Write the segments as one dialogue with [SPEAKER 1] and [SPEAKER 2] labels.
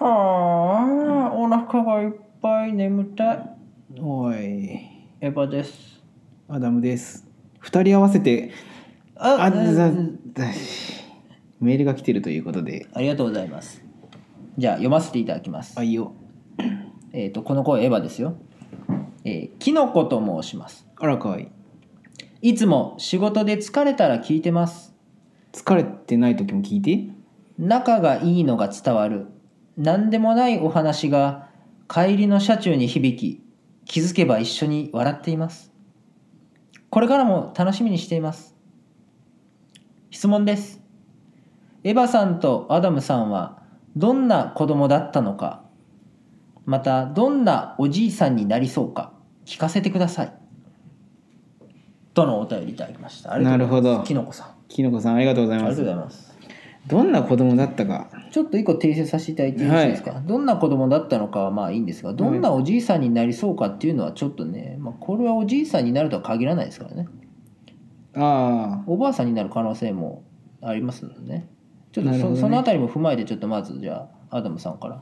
[SPEAKER 1] はあ、お腹がいっぱい眠たい。
[SPEAKER 2] おい
[SPEAKER 1] エヴァです。
[SPEAKER 2] アダムです二人合わせて
[SPEAKER 1] あ
[SPEAKER 2] あ
[SPEAKER 1] うん
[SPEAKER 2] ざだメールが来てるということで
[SPEAKER 1] ありがとうございます。じゃあ読ませていただきます。
[SPEAKER 2] あいいよ
[SPEAKER 1] えっ、とこの声エヴァですよ。えー、キノコと申します。
[SPEAKER 2] あらかわいい
[SPEAKER 1] いつも仕事で疲れたら聞いてます。
[SPEAKER 2] 疲れてない時も聞いて
[SPEAKER 1] 仲がいいのが伝わる。なんでもないお話が帰りの車中に響き、気づけば一緒に笑っています。これからも楽しみにしています。質問です。エヴァさんとアダムさんはどんな子供だったのか、またどんなおじいさんになりそうか聞かせてください。とのお便りいただきました。ありがとうございます
[SPEAKER 2] なるほど
[SPEAKER 1] きのこさん。あ
[SPEAKER 2] きのこさんありがとうござい
[SPEAKER 1] りが
[SPEAKER 2] ま
[SPEAKER 1] とうご
[SPEAKER 2] す
[SPEAKER 1] ざいます。
[SPEAKER 2] どんな子供だったか
[SPEAKER 1] ちょっと一個訂正させていただいてよろしいですか、どんな子供だったのかはまあいいんですがどんなおじいさんになりそうかっていうのはちょっとね、まあ、これはおじいさんになるとは限らないですからね
[SPEAKER 2] あ
[SPEAKER 1] おばあさんになる可能性もありますのでねちょっと
[SPEAKER 2] なる
[SPEAKER 1] そ,、
[SPEAKER 2] ほどね
[SPEAKER 1] のあたりも踏まえてちょっとまずじゃあアダムさんから
[SPEAKER 2] あ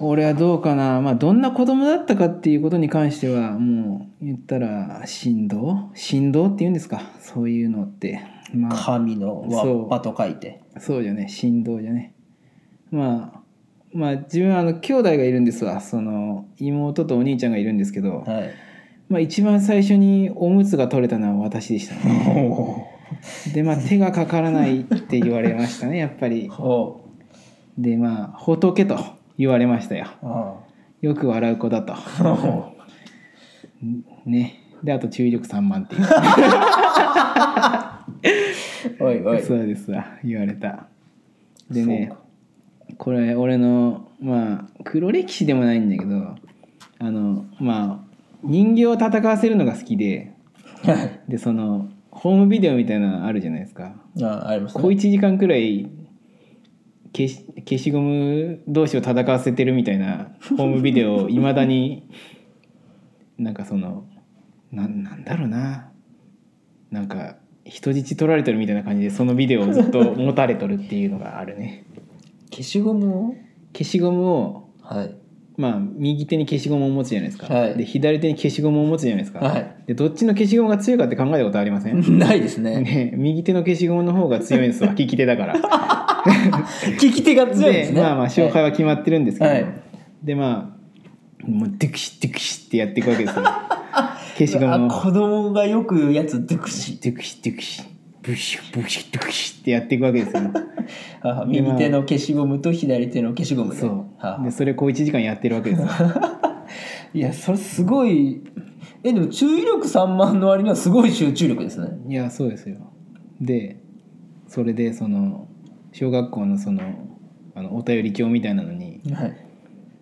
[SPEAKER 2] 俺はどうかなまあどんな子供だったかっていうことに関してはもう言ったら振動振動っていうんですかそういうのって
[SPEAKER 1] 「
[SPEAKER 2] まあ
[SPEAKER 1] 神のわっぱ」と書いて
[SPEAKER 2] そうじゃね振動じゃねまあまあ自分はあの兄弟がいるんですわその妹とお兄ちゃんがいるんですけど、
[SPEAKER 1] はい
[SPEAKER 2] まあ、一番最初におむつが取れたのは私でしたねでまあ手がかからないって言われましたねやっぱり
[SPEAKER 1] ほ
[SPEAKER 2] でまあ仏と言われましたよ
[SPEAKER 1] うあ
[SPEAKER 2] よく笑う子だと
[SPEAKER 1] あ
[SPEAKER 2] ねであと注意力散漫っていう
[SPEAKER 1] おいお い
[SPEAKER 2] そうですわ言われたで
[SPEAKER 1] そ
[SPEAKER 2] ね
[SPEAKER 1] うか
[SPEAKER 2] これ俺のまあ黒歴史でもないんだけどあのまあ人形を戦わせるのが好きで
[SPEAKER 1] はい
[SPEAKER 2] でそのホームビデオみたいなのあるじゃないですか
[SPEAKER 1] あああります
[SPEAKER 2] 小
[SPEAKER 1] ね
[SPEAKER 2] 1時間くらい消し消しゴム同士を戦わせてるみたいなホームビデオを いまだになんかそのなんなんだろうななんか人質取られてるみたいな感じでそのビデオをずっと持たれとるっていうのがあるね
[SPEAKER 1] 消しゴムを
[SPEAKER 2] 消しゴムを
[SPEAKER 1] はい
[SPEAKER 2] まあ右手に消しゴムを持つじゃないですか、
[SPEAKER 1] はい
[SPEAKER 2] で左手に消しゴムを持つじゃないですか、
[SPEAKER 1] はい
[SPEAKER 2] でどっちの消しゴムが強いかって考えたことありませ ん
[SPEAKER 1] ないですね
[SPEAKER 2] ね右手の消しゴムの方が強いんですわ利き手だから
[SPEAKER 1] 聞き手が強いですね
[SPEAKER 2] まあまあ勝敗は決まってるんですけど、
[SPEAKER 1] はい
[SPEAKER 2] でまあもうドゥクシドゥクシってやっていくわ けですよ消しゴムを
[SPEAKER 1] あ子供がよく言うやつドゥク シ
[SPEAKER 2] ドゥクシドゥクシブシュブシュドゥクシってやっていくわけですよ
[SPEAKER 1] あ右手の消しゴムと左手の消しゴムで
[SPEAKER 2] そ
[SPEAKER 1] は
[SPEAKER 2] うでそれこう1時間やってるわけですよ
[SPEAKER 1] いやそれすごいえでも注意力3万の割にはすごい集中力ですね
[SPEAKER 2] いやそうですよでそれでその小学校のそのあのお便り帳みたいなのに
[SPEAKER 1] はい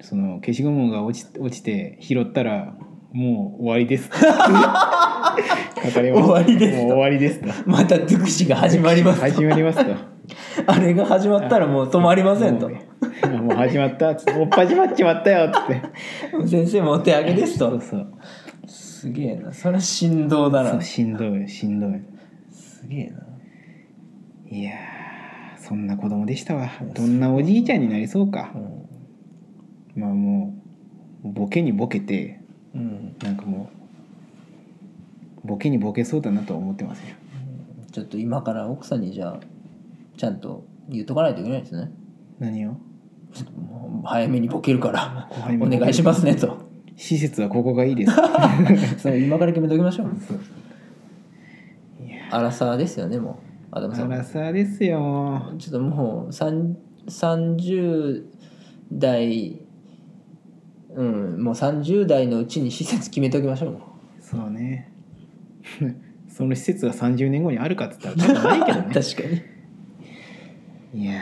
[SPEAKER 2] その消しゴムが落ち落ちて拾ったらもう終わり です書かれま
[SPEAKER 1] 終
[SPEAKER 2] した
[SPEAKER 1] わりですと
[SPEAKER 2] もう終わりですと
[SPEAKER 1] またドゥクシが始まります
[SPEAKER 2] 始まりますと。
[SPEAKER 1] あれが始まったらもう止まりませんと
[SPEAKER 2] もうもう始まったっつってもう始まっちまったよっつって。
[SPEAKER 1] 先生もお手上げです
[SPEAKER 2] そ
[SPEAKER 1] と
[SPEAKER 2] うそう。
[SPEAKER 1] すげえなそれは振動だ
[SPEAKER 2] そう
[SPEAKER 1] な
[SPEAKER 2] しんどいしんど。
[SPEAKER 1] すげえない
[SPEAKER 2] いやーそんな子供でしたわ。どんなおじいちゃんになりそうか
[SPEAKER 1] う。ん、
[SPEAKER 2] まあもうボケにボケて
[SPEAKER 1] うん、
[SPEAKER 2] なんかもうボケにボケそうだなとは思ってますよ。
[SPEAKER 1] ちょっと今から奥さんにじゃあちゃんと言っとかないといけないですね
[SPEAKER 2] 何を？
[SPEAKER 1] ちょっともう早めにボケるから
[SPEAKER 2] 後輩
[SPEAKER 1] お
[SPEAKER 2] も
[SPEAKER 1] 願いしますねと
[SPEAKER 2] 施設はここがいい です。
[SPEAKER 1] それ今から決めときましょうアラサーですよねもうアダムさ
[SPEAKER 2] ア
[SPEAKER 1] ん
[SPEAKER 2] ラサーですよも
[SPEAKER 1] ちょっともうさん30代うんもう30代のうちに施設決めときましょうも
[SPEAKER 2] う。そうね。 その施設は30年後にあるかっつったら多分ないけど
[SPEAKER 1] う
[SPEAKER 2] ね。
[SPEAKER 1] 確かに
[SPEAKER 2] いや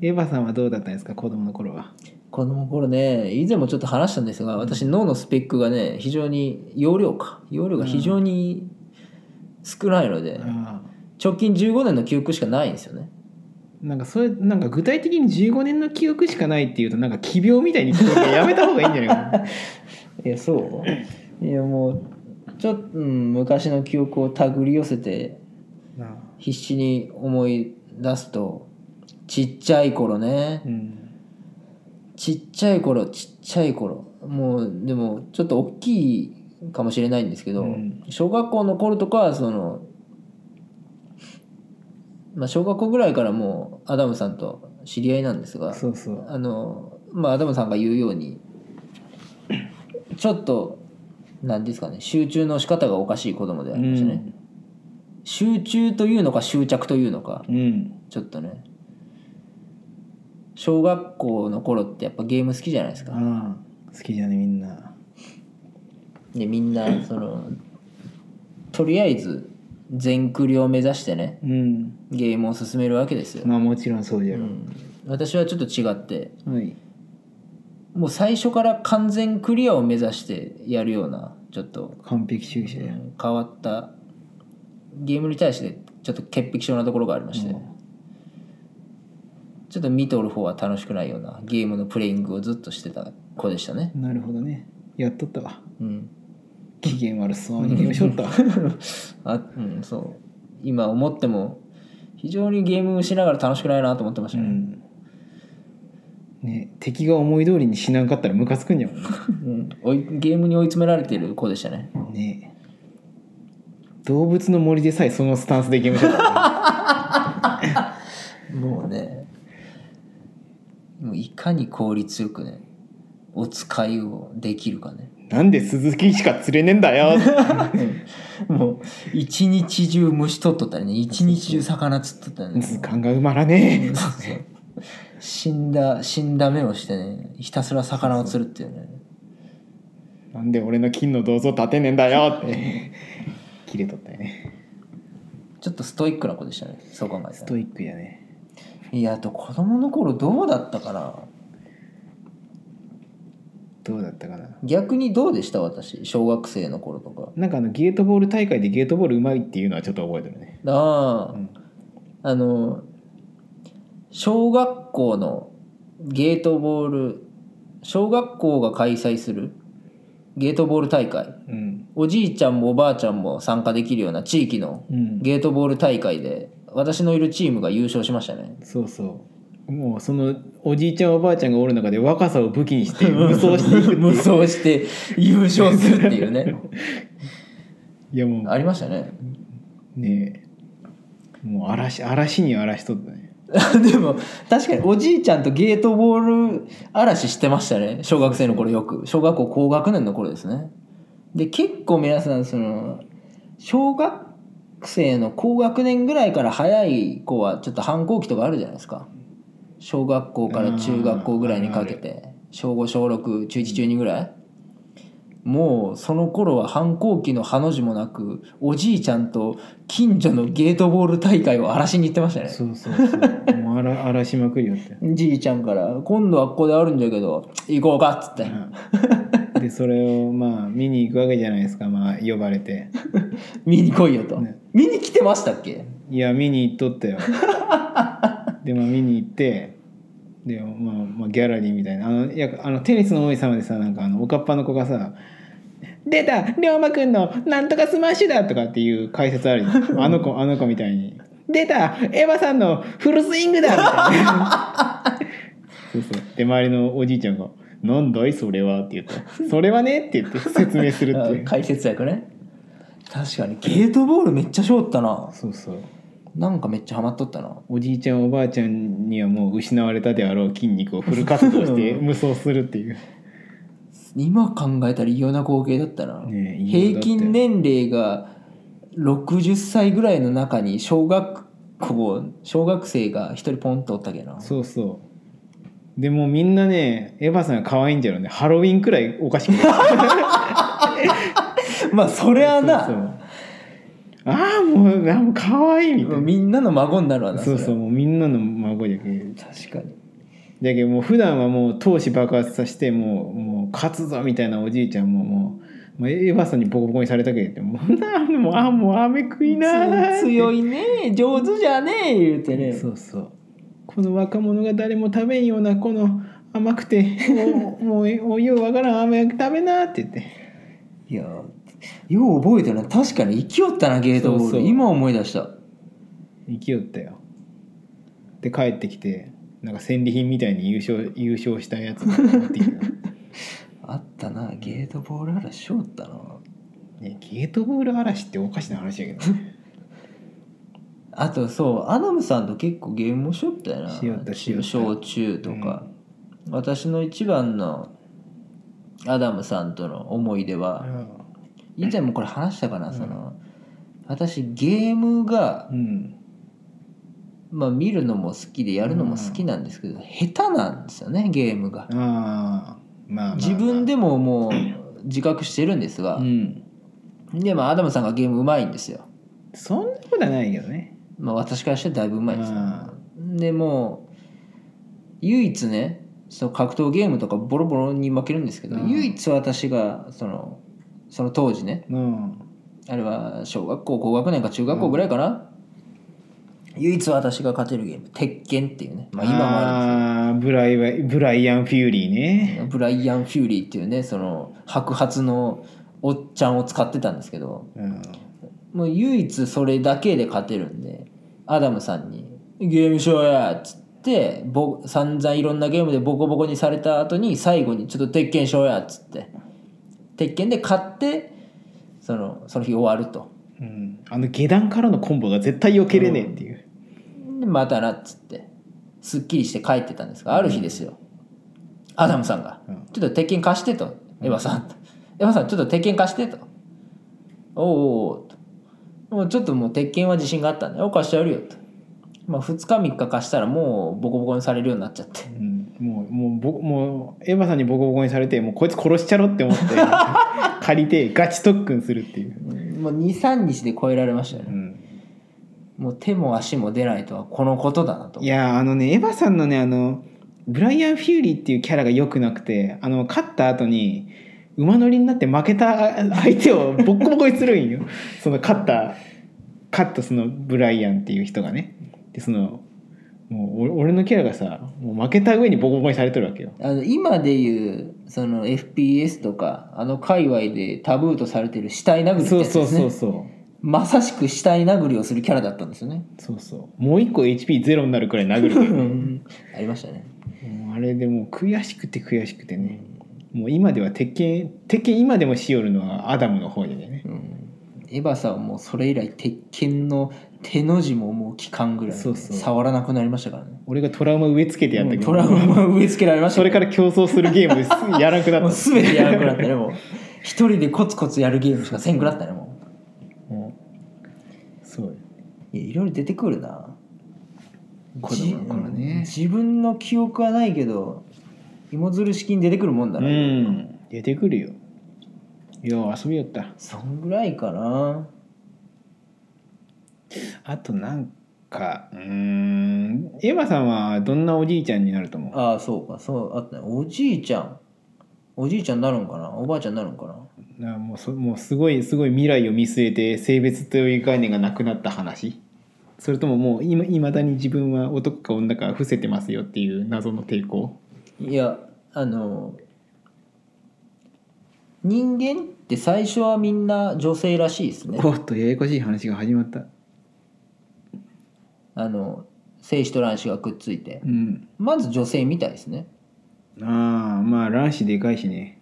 [SPEAKER 2] ーエヴァさんはどうだったんですか子供の頃は
[SPEAKER 1] 子供の頃ね以前もちょっと話したんですが私脳のスペックがね非常に容量か容量が非常に少ないので、
[SPEAKER 2] あ
[SPEAKER 1] 直近15年の記憶しかないんですよね
[SPEAKER 2] ーなんかそれなんか具体的に15年の記憶しかないっていうとなんか奇病みたいに聞こえてやめた方がいいんじゃないかな
[SPEAKER 1] いやそういやもうちょっと、うん、昔の記憶を手繰り寄せて
[SPEAKER 2] なあ
[SPEAKER 1] 必死に思い出すとちっちゃい頃ね
[SPEAKER 2] うん
[SPEAKER 1] ちっちゃい頃ちっちゃい頃もうでもちょっと大きいかもしれないんですけど、
[SPEAKER 2] うん
[SPEAKER 1] 小学校の頃とかはその、まあ、小学校ぐらいからもうアダムさんと知り合いなんですが
[SPEAKER 2] そうそう
[SPEAKER 1] あの、まあ、アダムさんが言うようにちょっと何ですかね集中の仕方がおかしい子供であ
[SPEAKER 2] う
[SPEAKER 1] りましたね、
[SPEAKER 2] ん
[SPEAKER 1] 集中というのか執着というのか
[SPEAKER 2] うん
[SPEAKER 1] ちょっとね小学校の頃ってやっぱゲーム好きじゃないですか
[SPEAKER 2] ああ好きじゃねみんな
[SPEAKER 1] でみんなそのとりあえず全クリを目指してね
[SPEAKER 2] うん
[SPEAKER 1] ゲームを進めるわけですよ、
[SPEAKER 2] まあもちろんそうじゃ
[SPEAKER 1] う
[SPEAKER 2] ろ、
[SPEAKER 1] ん、私はちょっと違って
[SPEAKER 2] はい
[SPEAKER 1] もう最初から完全クリアを目指してやるようなちょっと
[SPEAKER 2] 完璧主義者や、
[SPEAKER 1] 変わったゲームに対してちょっと潔癖症なところがありまして、ちょっと見とる方は楽しくないようなゲームのプレイングをずっとしてた子でしたね、
[SPEAKER 2] なるほどねやっとったわ
[SPEAKER 1] うん
[SPEAKER 2] 機嫌悪そうにゲームし よったわ
[SPEAKER 1] あうん、そう今思っても非常にゲームしながら楽しくないなと思ってまし
[SPEAKER 2] う
[SPEAKER 1] たね、
[SPEAKER 2] んね敵が思い通りにしなかったらムカつくんじゃもんね
[SPEAKER 1] うん追いゲームに追い詰められてる子でしたね
[SPEAKER 2] ね動物の森でさえそのスタンスでゲームしよったわ
[SPEAKER 1] もうねもういかに効率よくねお使いをできるかね
[SPEAKER 2] なんで鈴木しか釣れねえんだよ
[SPEAKER 1] もう一日中虫取っとったりね一日中魚釣っとったりね
[SPEAKER 2] 図鑑が埋まらね
[SPEAKER 1] そうそう死んだ死んだ目をしてねひたすら魚を釣るっていうね
[SPEAKER 2] えなんで俺の金の銅像立てねえんだよって切れとったよね
[SPEAKER 1] ちょっとストイックな子でしたねそう考えた
[SPEAKER 2] ス
[SPEAKER 1] ら
[SPEAKER 2] トイックやね
[SPEAKER 1] いやあと子供の頃どうだったかな
[SPEAKER 2] どうだったかな
[SPEAKER 1] 逆にどうでした私小学生の頃とか
[SPEAKER 2] なんかあのゲートボール大会でゲートボールうまいっていうのはちょっと覚えてるね
[SPEAKER 1] ああ、
[SPEAKER 2] うん
[SPEAKER 1] あの小学校のゲートボール小学校が開催するゲートボール大会
[SPEAKER 2] うん
[SPEAKER 1] おじいちゃんもおばあちゃんも参加できるような地域の
[SPEAKER 2] うん
[SPEAKER 1] ゲートボール大会で私のいるチームが優勝しましたね
[SPEAKER 2] そうそうもうそのおじいちゃんおばあちゃんがおる中で若さを武器にして無双して いくって
[SPEAKER 1] 無
[SPEAKER 2] いう
[SPEAKER 1] 双して優勝するっていうね
[SPEAKER 2] いやもう
[SPEAKER 1] ありましたね
[SPEAKER 2] ねえもう嵐嵐に嵐とったね
[SPEAKER 1] でも確かにおじいちゃんとゲートボール嵐してましたね小学生の頃よく小学校高学年の頃ですねで結構皆さんその小学生の高学年ぐらいから早い子はちょっと反抗期とかあるじゃないですか小学校から中学校ぐらいにかけて小5小6中1中2ぐらいもうその頃は反抗期のハの字もなくおじいちゃんと近所のゲートボール大会を荒らしに行ってましたね
[SPEAKER 2] そうそうそうもう荒荒らし まくりよって
[SPEAKER 1] じいちゃんから「今度はここであるんじゃけど行こうか」っつって、
[SPEAKER 2] うんでそれをまあ見に行くわけじゃないですかまあ呼ばれて
[SPEAKER 1] 見に来いよと、
[SPEAKER 2] ね
[SPEAKER 1] 見に来てましたっけ
[SPEAKER 2] いや見に行っとったよでまあ見に行ってで、まあ、まあギャラリーみたいなあのいやあのテニスの王子様でさなんかあのおかっぱの子がさ「出た龍馬くんのなんとかスマッシュだ!」とかっていう解説あるじゃんあの子あの子みたいに「出たエヴァさんのフルスイングだ!」みたいなそうそうで周りのおじいちゃんが「なんだいそれは」って言って「それはね」って言って説明するってい
[SPEAKER 1] あ
[SPEAKER 2] う
[SPEAKER 1] 解説役ね確かにゲートボールめっちゃしょったな
[SPEAKER 2] そうそう
[SPEAKER 1] なんかめっちゃハマっとったな
[SPEAKER 2] おじいちゃんおばあちゃんにはもう失われたであろう筋肉をフル活動して無双するっていう
[SPEAKER 1] 今考えたら異様な光景だったな、
[SPEAKER 2] ねえ異様だ
[SPEAKER 1] 平
[SPEAKER 2] ったよ
[SPEAKER 1] 均年齢が60歳ぐらいの中に小学校小学生が一人ポンとおったけな
[SPEAKER 2] そうそうでもうみんなねエヴァさんが可愛いんじゃろうねハロウィンくらいおかしく なっ
[SPEAKER 1] まあそりゃあ
[SPEAKER 2] た
[SPEAKER 1] な
[SPEAKER 2] そうそうああもうあもう可愛いみたいな
[SPEAKER 1] みんなの孫になるわな
[SPEAKER 2] そう
[SPEAKER 1] れ
[SPEAKER 2] そうもうみんなの孫じゃけ
[SPEAKER 1] 確かに
[SPEAKER 2] じゃけもう普段はもう闘志爆発させてもうもう勝つぞみたいなおじいちゃんももう、まあ、エヴァさんにボコボコにされたけどもうなもうあーもう雨食いなーって
[SPEAKER 1] つ強いね上手じゃねえ言うてね
[SPEAKER 2] そうそうこの若者が誰も食べんようなこの甘くて もうもうお湯わからん甘く食べなって言って
[SPEAKER 1] いやよう覚えてるな確かに生きよったなゲートボール
[SPEAKER 2] そうそう
[SPEAKER 1] 今思い出した
[SPEAKER 2] 生きよったよで帰ってきてなんか戦利品みたいに優勝優勝したやつが持ってきた、
[SPEAKER 1] あったなゲートボール嵐しょったな
[SPEAKER 2] ね、ゲートボール嵐っておかしな話やけど ね
[SPEAKER 1] あとそうアダムさんと結構ゲームもしよったよな
[SPEAKER 2] しよったしよった
[SPEAKER 1] 小中とか、私の一番のアダムさんとの思い出
[SPEAKER 2] う
[SPEAKER 1] は、
[SPEAKER 2] ん
[SPEAKER 1] 以前もこれ話したかな、
[SPEAKER 2] うん
[SPEAKER 1] その私ゲームが
[SPEAKER 2] う、ん
[SPEAKER 1] まあ、見るのも好きでやるのも好きなんですけど、下手なんですよねゲームが
[SPEAKER 2] あー、まあまあ、まあ、
[SPEAKER 1] 自分でももう自覚してるんですが
[SPEAKER 2] う、ん
[SPEAKER 1] でまあアダムさんがゲームうまいんですよ
[SPEAKER 2] そんなことはないけどね
[SPEAKER 1] まあ、私からしてだいぶうまいですよ
[SPEAKER 2] あ
[SPEAKER 1] でもう唯一ねその格闘ゲームとかボロボロに負けるんですけど
[SPEAKER 2] うん
[SPEAKER 1] 唯一私がそのその当時ね
[SPEAKER 2] うん
[SPEAKER 1] あれは小学校高学年か中学校ぐらいかな、唯一私が勝てるゲーム「鉄拳」っていうね、まあ、今もあるんで
[SPEAKER 2] あーブライアンブライアン・フューリー
[SPEAKER 1] すけ
[SPEAKER 2] ね
[SPEAKER 1] どブライアン・フューリーっていうねその白髪のおっちゃんを使ってたんですけど
[SPEAKER 2] うん
[SPEAKER 1] もう唯一それだけで勝てるんでアダムさんに「ゲームしようや!」っつってぼ散々いろんなゲームでボコボコにされた後に最後に「ちょっと鉄拳しようや!」っつって鉄拳で勝ってそのその日終わると
[SPEAKER 2] うん、あの下段からのコンボが絶対避けれねえっていう、
[SPEAKER 1] でまたなっつってすっきりして帰ってたんですがある日ですよ、アダムさんが、
[SPEAKER 2] うん
[SPEAKER 1] ちょっと鉄拳貸して」と「エヴァさん」とエヴァさんちょっと鉄拳貸して」と「おうおうおう」と「もうちょっともう鉄拳は自信があったんでお貸してやるよ」と。まあ、2日3日貸したらもうボコボコにされるようになっちゃって
[SPEAKER 2] うんもうもうぼもうエヴァさんにボコボコにされてもうこいつ殺しちゃろって 思って借りてガチ特訓するっていう、
[SPEAKER 1] もう23日で超えられましたよ
[SPEAKER 2] う
[SPEAKER 1] ね
[SPEAKER 2] ん、
[SPEAKER 1] もう手も足も出ないとはこのことだなと
[SPEAKER 2] いやーあのねエヴァさんのねあのブライアン・フューリーっていうキャラが良くなくてあの勝った後に馬乗りになって負けた相手をボッコボコにするんよ その勝った勝ったそのブライアンっていう人がねでそのもう俺俺のキャラがさもう負けた上にボコボコにされてるわけよ
[SPEAKER 1] あの今でいうその FPS とかあの界隈でタブーとされてる死体殴りって
[SPEAKER 2] そ
[SPEAKER 1] や
[SPEAKER 2] う
[SPEAKER 1] つ
[SPEAKER 2] そ
[SPEAKER 1] で
[SPEAKER 2] う
[SPEAKER 1] すね
[SPEAKER 2] そうそう
[SPEAKER 1] まさしく死体殴りをするキャラだったんですよね
[SPEAKER 2] そうそうもう一個 HP ゼロになるくらい殴るからね
[SPEAKER 1] ありましたね
[SPEAKER 2] もうあれでもう悔しくて悔しくてね、もう今では鉄拳鉄拳今でもしよるのはアダムの方やでね、
[SPEAKER 1] エヴァさんはもうそれ以来鉄拳の手の字ももう期間ぐらい
[SPEAKER 2] そうそう
[SPEAKER 1] 触らなくなりましたからね
[SPEAKER 2] 俺がトラウマ植え付けてやっ
[SPEAKER 1] も
[SPEAKER 2] たけ
[SPEAKER 1] う
[SPEAKER 2] ど
[SPEAKER 1] トラウマを植え付けられました
[SPEAKER 2] それ
[SPEAKER 1] けど
[SPEAKER 2] から競争するゲーム ですやらなくな
[SPEAKER 1] も
[SPEAKER 2] っ
[SPEAKER 1] う
[SPEAKER 2] た
[SPEAKER 1] 全てやらなくなってねもう一人でコツコツやるゲームしかせんくなったねも
[SPEAKER 2] うんそうよ
[SPEAKER 1] ういやいろいろ出てくるな
[SPEAKER 2] 子供の頃ね
[SPEAKER 1] じ自分の記憶はないけど芋づる式に出てくるもんだ
[SPEAKER 2] う
[SPEAKER 1] な、
[SPEAKER 2] ん出てくるよよう遊びよった
[SPEAKER 1] そんぐらいかな
[SPEAKER 2] あとなんかうーんエヴァさんはどんなおじいちゃんになると思う
[SPEAKER 1] ああそうかそうあったねおじいちゃんおじいちゃんになるんかなおばあちゃんになるんかな
[SPEAKER 2] なもうそもうすごいすごい未来を見据えて性別という概念がなくなった話それとももういまだに自分は男か女か伏せてますよっていう謎の抵抗
[SPEAKER 1] いやあの人間って最初はみんな女性らしいですね
[SPEAKER 2] おっとややこしい話が始まった
[SPEAKER 1] あの精子と卵子がくっついて
[SPEAKER 2] うん
[SPEAKER 1] まず女性みたいですね
[SPEAKER 2] ああまあ卵子でかいしね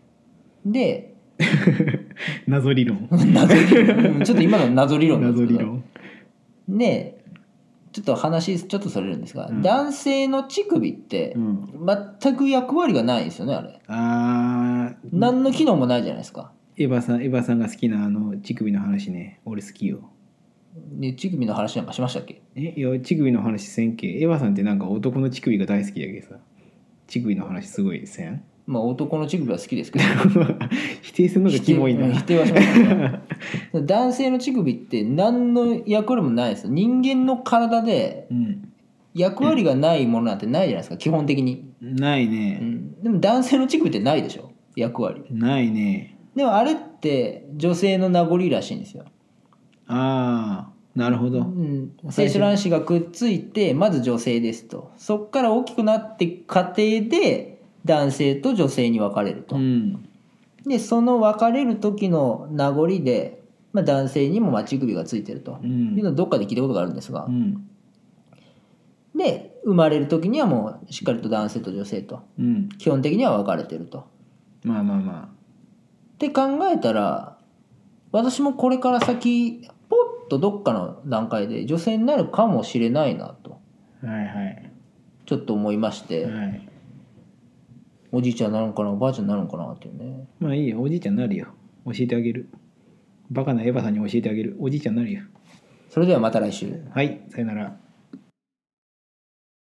[SPEAKER 1] で
[SPEAKER 2] 謎理論
[SPEAKER 1] 謎理論ちょっと今の謎理論なんで
[SPEAKER 2] 謎
[SPEAKER 1] すけ
[SPEAKER 2] 理
[SPEAKER 1] ど
[SPEAKER 2] 論
[SPEAKER 1] でちょっと話ちょっとそれるんですが、
[SPEAKER 2] うん
[SPEAKER 1] 男性の乳首って
[SPEAKER 2] うん
[SPEAKER 1] 全く役割がないですよねあれ
[SPEAKER 2] ああ
[SPEAKER 1] 何の機能もないじゃないですか
[SPEAKER 2] エヴァさんエヴァさんが好きなあの乳首の話ね俺好きよ
[SPEAKER 1] で乳首の話なんかしましたっけ
[SPEAKER 2] えいや乳首の話せんけエヴァさんってなんか男の乳首が大好きやけどさ乳首の話すごいせん
[SPEAKER 1] まあ男の乳首は好きですけど
[SPEAKER 2] 否定するのがキモいな
[SPEAKER 1] 否定否定はしませんが 男性の乳首って何の役割もないです人間の体で
[SPEAKER 2] うん
[SPEAKER 1] 役割がないものなんてないじゃないですか基本的に、
[SPEAKER 2] ない
[SPEAKER 1] うん
[SPEAKER 2] ね、
[SPEAKER 1] でも男性の乳首ってないでしょ役割
[SPEAKER 2] ないね
[SPEAKER 1] でもあれって女性の名残らしいんですよ、
[SPEAKER 2] ああなるほ
[SPEAKER 1] う
[SPEAKER 2] ど
[SPEAKER 1] ん、精子卵子がくっついてまず女性ですとそっから大きくなっていく過程で男性と女性に分かれると、
[SPEAKER 2] うん
[SPEAKER 1] でその別れる時の名残で、まあ、男性にもまあ乳首がついてると
[SPEAKER 2] う
[SPEAKER 1] いうの
[SPEAKER 2] ん
[SPEAKER 1] をどっかで聞いたことがあるんですが
[SPEAKER 2] う、ん
[SPEAKER 1] で生まれる時にはもうしっかりと男性と女性と
[SPEAKER 2] うん
[SPEAKER 1] 基本的には分かれてると。
[SPEAKER 2] まあまあま
[SPEAKER 1] って考えたら私もこれから先ポッとどっかの段階で女性になるかもしれないなと
[SPEAKER 2] あはいはい
[SPEAKER 1] ちょっと思いまして、
[SPEAKER 2] はい
[SPEAKER 1] おじいちゃんなのかなおばあちゃんなのかなっていうね
[SPEAKER 2] まあいいよおじいちゃんになるよ教えてあげるバカなエヴァさんに教えてあげるおじいちゃんになるよ
[SPEAKER 1] それではまた来週。
[SPEAKER 2] はいさよなら